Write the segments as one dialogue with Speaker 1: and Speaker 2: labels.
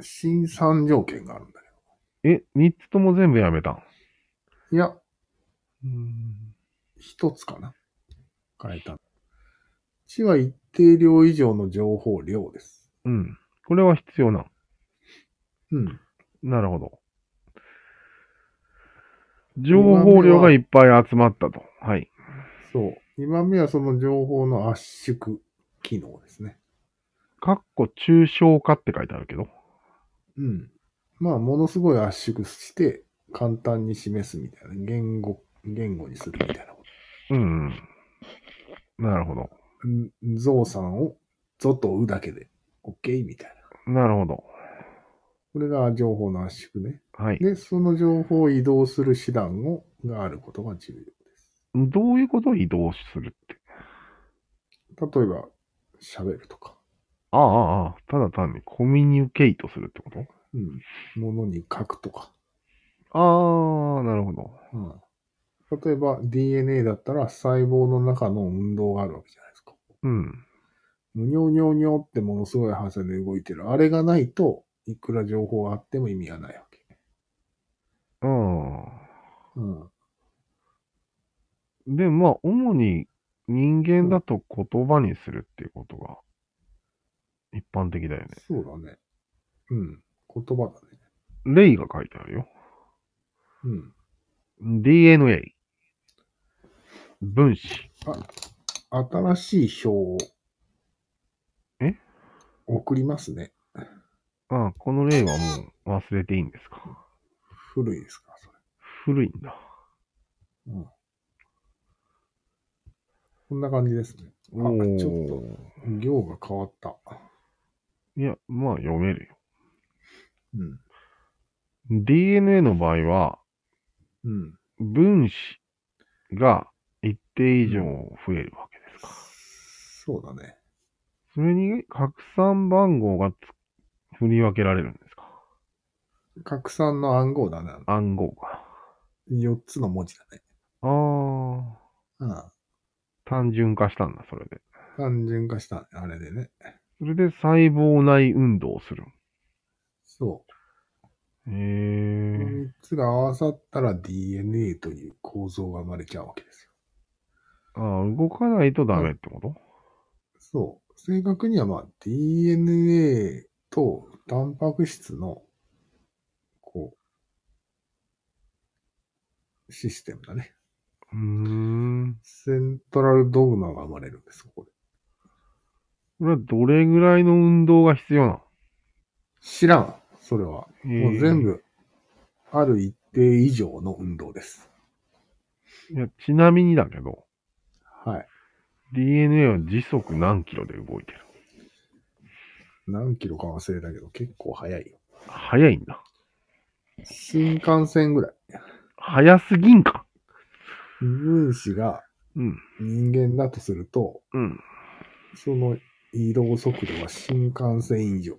Speaker 1: 新3条件があるんだけ
Speaker 2: え、三つとも全部やめたん
Speaker 1: ど。いや、
Speaker 2: うん。
Speaker 1: 一つかな。変えた。知は一定量以上の情報量です。
Speaker 2: うん。これは必要なん。
Speaker 1: うん。
Speaker 2: なるほど。情報量がいっぱい集まったと。はい。
Speaker 1: そう。2番目はその情報の圧縮機能ですね。
Speaker 2: かっこ抽象化って書いてあるけど。
Speaker 1: うん。まあ、ものすごい圧縮して、簡単に示すみたいな。言語、言語にするみたいなこ
Speaker 2: うん、うん。なるほど。
Speaker 1: と。んゾウさんを、ゾとウだけで、OK みたいな。
Speaker 2: なるほど。
Speaker 1: これが情報の圧縮ね。
Speaker 2: はい。
Speaker 1: で、その情報を移動する手段を、があることが重要です。
Speaker 2: どういうことを移動するって。
Speaker 1: 例えば、喋るとか、
Speaker 2: ああ、ああ、ただ単にコミュニケートするってこと
Speaker 1: うん。ものに書くとか。
Speaker 2: ああ、なるほど。
Speaker 1: うん。例えば、DNA だったら、細胞の中の運動があるわけじゃないですか。
Speaker 2: うん。
Speaker 1: むにょうにょうにょうってものすごい速さで動いてる。あれがないと、いくら情報があっても意味がないわけ。
Speaker 2: ああ。
Speaker 1: うん。
Speaker 2: で、まあ、主に人間だと言葉にするっていうことが一般的だよね。
Speaker 1: そうだね。うん。言葉だね。
Speaker 2: 例が書いてあるよ。
Speaker 1: うん。
Speaker 2: DNA。分子。
Speaker 1: 新しい表を。
Speaker 2: え
Speaker 1: 送りますね。
Speaker 2: ああ、この例はもう忘れていいんですか。
Speaker 1: 古いですから、それ。
Speaker 2: 古いんだ。
Speaker 1: うん。こんな感じですね。あ、ちょっと、行が変わった。
Speaker 2: いや、まあ読めるよ。
Speaker 1: うん。
Speaker 2: DNA の場合は、
Speaker 1: うん。
Speaker 2: 分子が一定以上増えるわけですか。
Speaker 1: そうだね。
Speaker 2: それに拡散番号がつ振り分けられるんですか。
Speaker 1: 拡散の暗号だね。
Speaker 2: 暗号が。
Speaker 1: 4つの文字だね。
Speaker 2: ああ、
Speaker 1: うん。
Speaker 2: 単純化したんだ、それで。
Speaker 1: 単純化したね、あれでね。
Speaker 2: それで細胞内運動をする。
Speaker 1: そ
Speaker 2: へえ
Speaker 1: う。この3つが合わさったら DNA という構造が生まれちゃうわけですよ。
Speaker 2: ああ、動かないとダメってこと、
Speaker 1: そう。正確にはまあ DNA とタンパク質の、こう、システムだね。
Speaker 2: うーん。
Speaker 1: セントラルドグマが生まれるんです、ここで。
Speaker 2: これはどれぐらいの運動が必要な
Speaker 1: 知らん、それは。も
Speaker 2: の
Speaker 1: う全。
Speaker 2: へ
Speaker 1: 部、ある一定以上の運動です。
Speaker 2: えいや、ちなみにだけど、
Speaker 1: はい。
Speaker 2: DNA は時速何キロで動いてる
Speaker 1: 何キロか忘れたけど、結構速いよ。
Speaker 2: 速いんだ。
Speaker 1: 新幹線ぐらい。
Speaker 2: 速すぎんか。
Speaker 1: 分子が
Speaker 2: うん。
Speaker 1: 人間だとすると、
Speaker 2: うん。
Speaker 1: その移動速度は新幹線以上。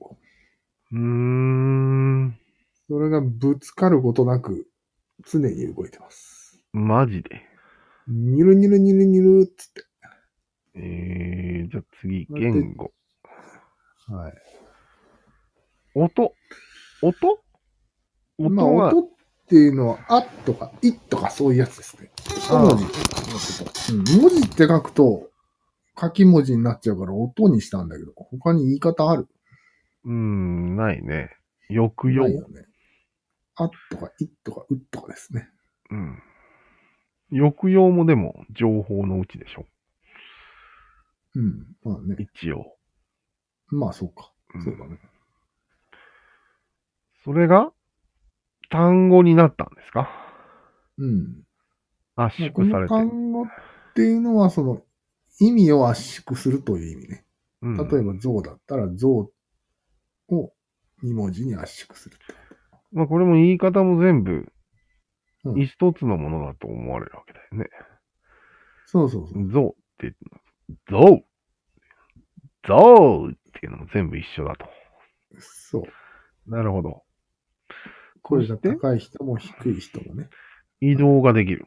Speaker 2: うーん。
Speaker 1: それがぶつかることなく常に動いてます。
Speaker 2: マジで。
Speaker 1: ニュルニュルニュルニュルっつって。
Speaker 2: えー、じゃあ次、
Speaker 1: 待って
Speaker 2: 言語。
Speaker 1: はい。
Speaker 2: 音。音音
Speaker 1: まあ、
Speaker 2: は、
Speaker 1: 音っていうのは、あとか、いとかそういうやつですね。一文字。うん文字って書くと、書き文字になっちゃうから音にしたんだけど、他に言い方ある
Speaker 2: うーん、ないね。抑揚
Speaker 1: ない。よね。あとか、いとか、うとかですね。
Speaker 2: うん。抑揚もでも情報のうちでしょ。
Speaker 1: うん。まあね。
Speaker 2: 一応。
Speaker 1: まあ、そうか。
Speaker 2: うん
Speaker 1: そうだね。
Speaker 2: それが単語になったんですか
Speaker 1: うん。
Speaker 2: 圧
Speaker 1: まあ
Speaker 2: 縮
Speaker 1: こ
Speaker 2: され
Speaker 1: の
Speaker 2: て。
Speaker 1: 単語っていうのは、その、意味を圧縮するという意味ね。
Speaker 2: うん
Speaker 1: 例えば、象だったら、象を2文字に圧縮するって。
Speaker 2: まあこれも言い方も全部
Speaker 1: うん
Speaker 2: 一つのものだと思われるわけだよね。
Speaker 1: そうそうそう。
Speaker 2: ゾウって言うの、ゾウゾウっていうのも全部一緒だと。
Speaker 1: そう。
Speaker 2: なるほど。
Speaker 1: 声が高い人も低い人もね。
Speaker 2: 移動ができる。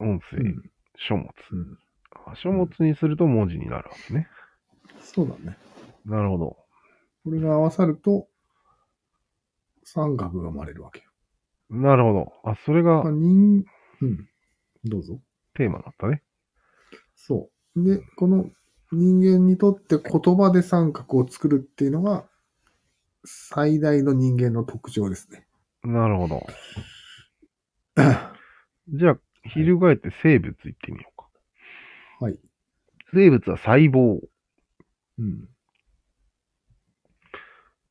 Speaker 2: 音声、
Speaker 1: うん。
Speaker 2: 書物。
Speaker 1: うん。
Speaker 2: あ書物にすると文字になるわけね。
Speaker 1: そうだね。
Speaker 2: なるほど。
Speaker 1: これが合わさると、三角が生まれるわけよ。
Speaker 2: なるほど。あ、それが
Speaker 1: まあ、人、うん。どうぞ。
Speaker 2: テーマだったね。
Speaker 1: そう。で、この人間にとって言葉で三角を作るっていうのが、最大の人間の特徴ですね。
Speaker 2: なるほど。じゃあ、翻って生物行ってみようか。
Speaker 1: はい。
Speaker 2: 生物は細胞。
Speaker 1: うん。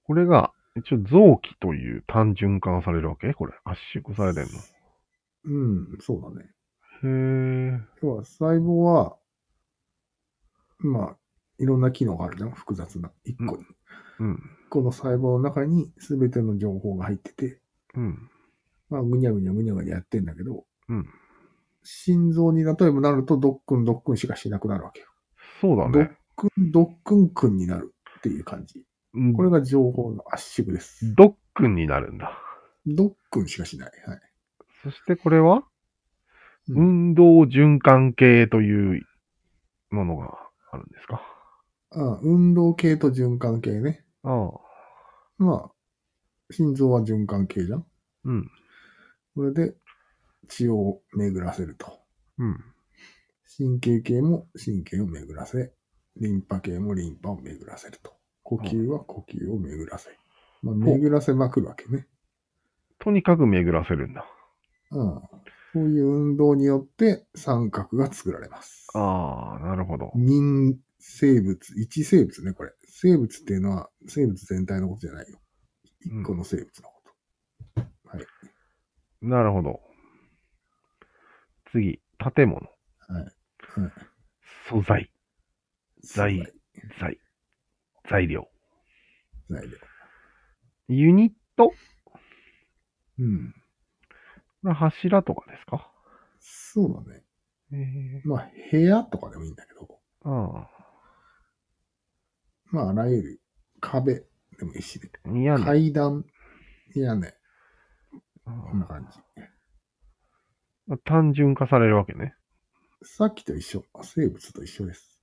Speaker 2: これが、一応臓器という単純化がされるわけこれ。圧縮されてんの。
Speaker 1: うん、そうだね。
Speaker 2: へえ。
Speaker 1: 要は細胞は、まあ、いろんな機能があるじゃん。複雑な。一個。
Speaker 2: ううん。
Speaker 1: この細胞の中に全ての情報が入ってて、
Speaker 2: うん。
Speaker 1: まあ、ぐにゃぐにゃぐにゃぐにゃやってんだけど、
Speaker 2: うん。
Speaker 1: 心臓に例えばなると、ドックンドックンしかしなくなるわけよ。
Speaker 2: そうだね。
Speaker 1: ドックンドックンくんになるっていう感じ。これ
Speaker 2: が、
Speaker 1: が情報の圧縮です。
Speaker 2: ドックンになるんだ。
Speaker 1: ドックンしかしない。はい。
Speaker 2: そしてこれは、
Speaker 1: う
Speaker 2: 運動循環系というものがあるんですか
Speaker 1: ああ運動系と循環系ね。
Speaker 2: ああ。
Speaker 1: まあ、心臓は循環系じゃん。
Speaker 2: うん。
Speaker 1: これで血を巡らせると。
Speaker 2: うん。
Speaker 1: 神経系も神経を巡らせ、リンパ系もリンパを巡らせると。呼吸は呼吸を巡らせ。まあ、巡らせまくるわけね。
Speaker 2: とにかく巡らせるんだ。
Speaker 1: うん。そういう運動によって三角が作られます。
Speaker 2: ああ、なるほど。
Speaker 1: 人、生物、一生物ね、これ。生物っていうのは、生物全体のことじゃないよ。
Speaker 2: うん
Speaker 1: 一個の生物のこと。はい。
Speaker 2: なるほど。次、建物。
Speaker 1: はい。
Speaker 2: 素材、材
Speaker 1: 材
Speaker 2: 材、材料。
Speaker 1: 材料。
Speaker 2: ユニット
Speaker 1: うん。
Speaker 2: これ柱とかですか
Speaker 1: そうだね。
Speaker 2: ええ
Speaker 1: まあ、部屋とかでもいいんだけど、
Speaker 2: あ
Speaker 1: まあ、あらゆる壁でもいいしね。
Speaker 2: あ、似合うね。
Speaker 1: 階段、屋根、
Speaker 2: あ
Speaker 1: こんな感じ。
Speaker 2: あ単純化されるわけね。
Speaker 1: さっきと一緒。生物と一緒です。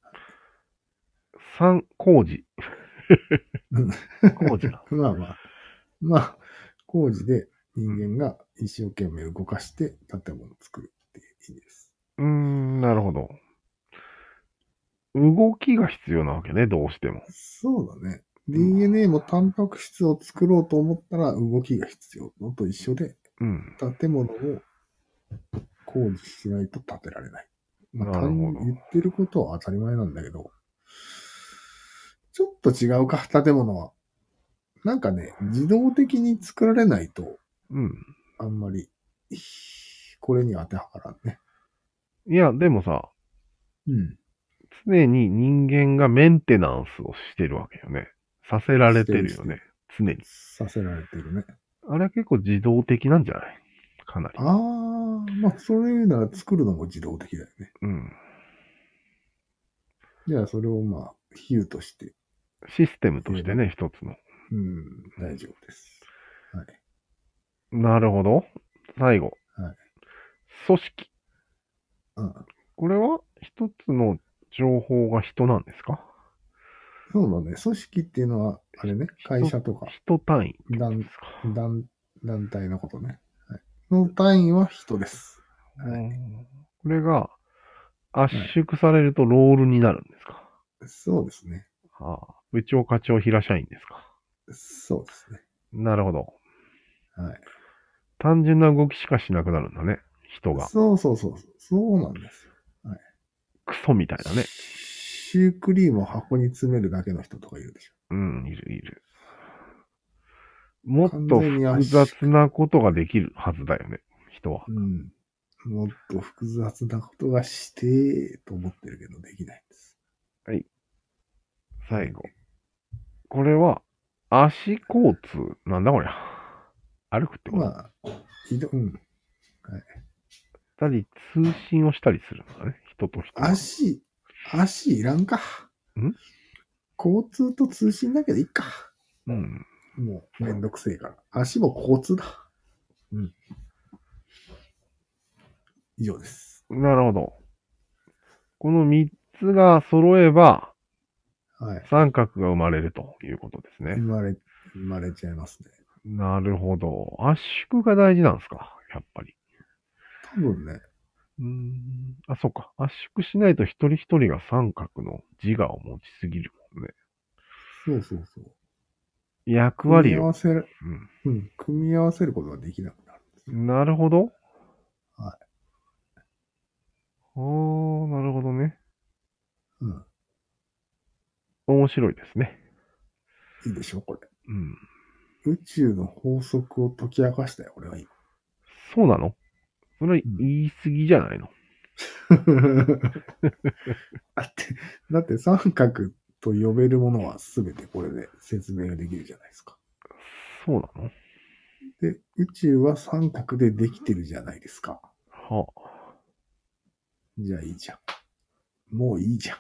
Speaker 2: 三、工事。
Speaker 1: うん
Speaker 2: 工事だ。
Speaker 1: まあまあ、まあ、工事で人間が一生懸命動かして建物を作るっていう意味です。
Speaker 2: うーん、なるほど。動きが必要なわけね、どうしても。
Speaker 1: そうだね。
Speaker 2: ん
Speaker 1: DNA もタンパク質を作ろうと思ったら動きが必要のと一緒で、
Speaker 2: うん。
Speaker 1: 建物を工事しないと建てられない。まあ、
Speaker 2: なるほど
Speaker 1: 単言ってることは当たり前なんだけど、ちょっと違うか、建物は。なんかね、自動的に作られないと、
Speaker 2: うん。
Speaker 1: あんまり、これには当てはからんね。
Speaker 2: いや、でもさ、
Speaker 1: うん。
Speaker 2: 常に人間がメンテナンスをしてるわけよね。させられてる
Speaker 1: し
Speaker 2: よ
Speaker 1: てる
Speaker 2: ね。常に。
Speaker 1: させられてるね。
Speaker 2: あれは結構自動的なんじゃないかなり。
Speaker 1: あー、まあ、そういうなら作るのも自動的だよね。
Speaker 2: うん。
Speaker 1: じゃあ、それをまあ、比喩として、
Speaker 2: システムとしてね、一つの。
Speaker 1: うん、大丈夫です。はい。
Speaker 2: なるほど。最後。
Speaker 1: はい
Speaker 2: 組織。
Speaker 1: うん。
Speaker 2: これは一つの情報が人なんですか
Speaker 1: そうだね。組織っていうのは、あれね、会社とか
Speaker 2: 人単位ってことですか。
Speaker 1: 団団体のことね。はい、の単位は人です。
Speaker 2: う
Speaker 1: は
Speaker 2: ん
Speaker 1: い、
Speaker 2: これが圧縮されるとロールになるんですか、
Speaker 1: そうですね。
Speaker 2: ああ部長課長平社員ですか
Speaker 1: そうですね。
Speaker 2: なるほど。
Speaker 1: はい、
Speaker 2: 単純な動きしかしなくなるんだね。人が。
Speaker 1: そうそうそうそう。そうなんですよ。
Speaker 2: クソみたいだね。
Speaker 1: シュークリームを箱に詰めるだけの人とかいるでしょ。
Speaker 2: うん、いるいる。もっ
Speaker 1: 完
Speaker 2: と
Speaker 1: 全に圧縮
Speaker 2: 複雑なことができるはずだよね。人は。
Speaker 1: うん。もっと複雑なことがして、と思ってるけど、できないんです。
Speaker 2: 最後。これは、足交通。なんだこりゃ。歩くってこと、
Speaker 1: まあ、移動、うん。
Speaker 2: たり通信をしたりするんだね。人と人が。
Speaker 1: 足、足いらんか。
Speaker 2: ん
Speaker 1: 交通と通信だけでいいか。
Speaker 2: うん。
Speaker 1: もうめんどくせえから。足も交通だ。うん。以上です。
Speaker 2: なるほど。この3つが揃えば、
Speaker 1: はい。
Speaker 2: 三角が生まれるということです
Speaker 1: 生
Speaker 2: ね。
Speaker 1: まれ、生まれちゃいますね。
Speaker 2: なるほど。圧縮が大事なんですかやっぱり。
Speaker 1: 多分ね。
Speaker 2: うーん。あ、そうか。圧縮しないと一人一人が三角の自我を持ちすぎるもんね。
Speaker 1: そうそうそう。
Speaker 2: 役
Speaker 1: 組
Speaker 2: 割
Speaker 1: み合
Speaker 2: を。
Speaker 1: わせる、うん、組み合わせることができなくなるんです
Speaker 2: うん。なるほど。。
Speaker 1: はい
Speaker 2: おー、なるほどね。
Speaker 1: うん。
Speaker 2: 面白いですね。
Speaker 1: いいでしょ、これ。
Speaker 2: うん。
Speaker 1: 宇宙の法則を解き明かしたよ、俺は今。
Speaker 2: そうなのそれ
Speaker 1: ん
Speaker 2: 言い過ぎじゃないの、
Speaker 1: だって、だって三角と呼べるものは全てこれで説明ができるじゃないですか。
Speaker 2: そうなの
Speaker 1: で、宇宙は三角でできてるじゃないですか。
Speaker 2: はあ。
Speaker 1: じゃあいいじゃん。もういいじゃん。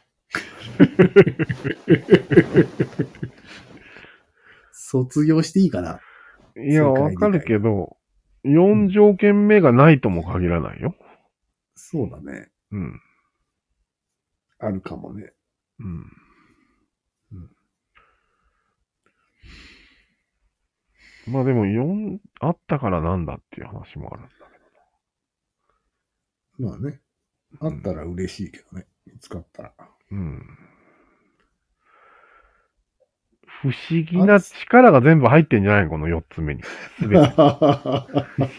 Speaker 1: 卒業していいかない
Speaker 2: や、
Speaker 1: 正解
Speaker 2: わかるけど、4条件目がないとも限らないよ。
Speaker 1: そうだね。
Speaker 2: うん。
Speaker 1: あるかもね。
Speaker 2: うん。
Speaker 1: うん
Speaker 2: まあでも4、あったからなんだっていう話もあるんだ
Speaker 1: まあね。あったら嬉しいけどね。見つかったら。
Speaker 2: けど。うん。不思議な力が全部入ってんじゃないのこの4つ目に。すべて。不思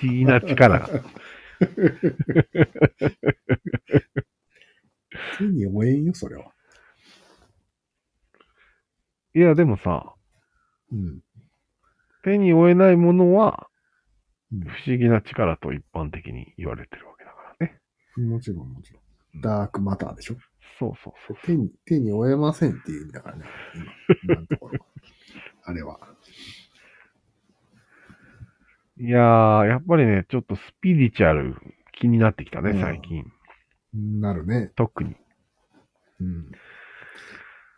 Speaker 2: 議な力が。
Speaker 1: 手に負えんよ、それは。
Speaker 2: いや、でもさ、
Speaker 1: うん。
Speaker 2: 手に負えないものは
Speaker 1: うん
Speaker 2: 不思議な力と一般的に言われてるわけだからね。
Speaker 1: もちろん、もちろん。ダークマターでしょ
Speaker 2: そうそうそう。
Speaker 1: 手に、手に負えませんっていう意味だからね。今、今のところ。 あれは。
Speaker 2: いやー、やっぱりね、ちょっとスピリチュアル気になってきた
Speaker 1: う
Speaker 2: ね、
Speaker 1: ん
Speaker 2: 最近。
Speaker 1: なるね。
Speaker 2: 特に。
Speaker 1: うん。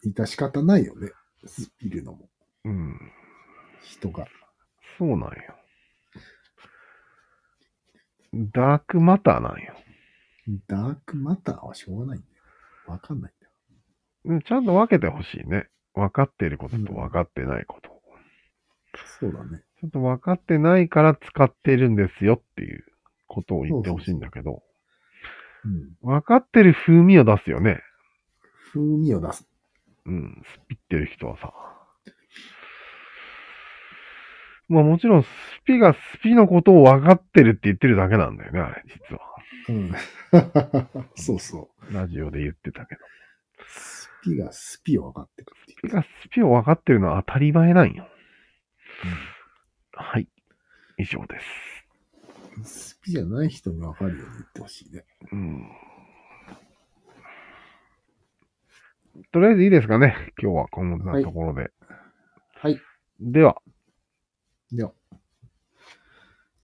Speaker 1: 致し方ないよね。スピルのも。
Speaker 2: うん。
Speaker 1: 人が。
Speaker 2: そうなんよ。ダークマターなんよ。
Speaker 1: ダークマターはしょうがないんだよ。わかんないんだよ。
Speaker 2: うんちゃんと分けてほしいね。分かってることと分かってないこと。
Speaker 1: そうだね。
Speaker 2: ちょっと分かってないから使ってるんですよっていうことを言ってほしいんだけど、
Speaker 1: うん。
Speaker 2: 分かってる風味を出すよね。
Speaker 1: 風味を出す。
Speaker 2: うん、スピってる人はさ。まあもちろん、スピがスピのことを分かってるって言ってるだけなんだよね、あれ、実は。
Speaker 1: うん。そうそう。
Speaker 2: ラジオで言ってたけど。
Speaker 1: スピがスピを分かってるってい
Speaker 2: ス
Speaker 1: う
Speaker 2: ピ。がスピを分かってるのは当たり前なんよ。はい。以上です。
Speaker 1: スピじゃない人に分かるように言ってほしいね。
Speaker 2: うん。とりあえずいいですかね。今日はこんなところで。
Speaker 1: はい。
Speaker 2: では。
Speaker 1: では。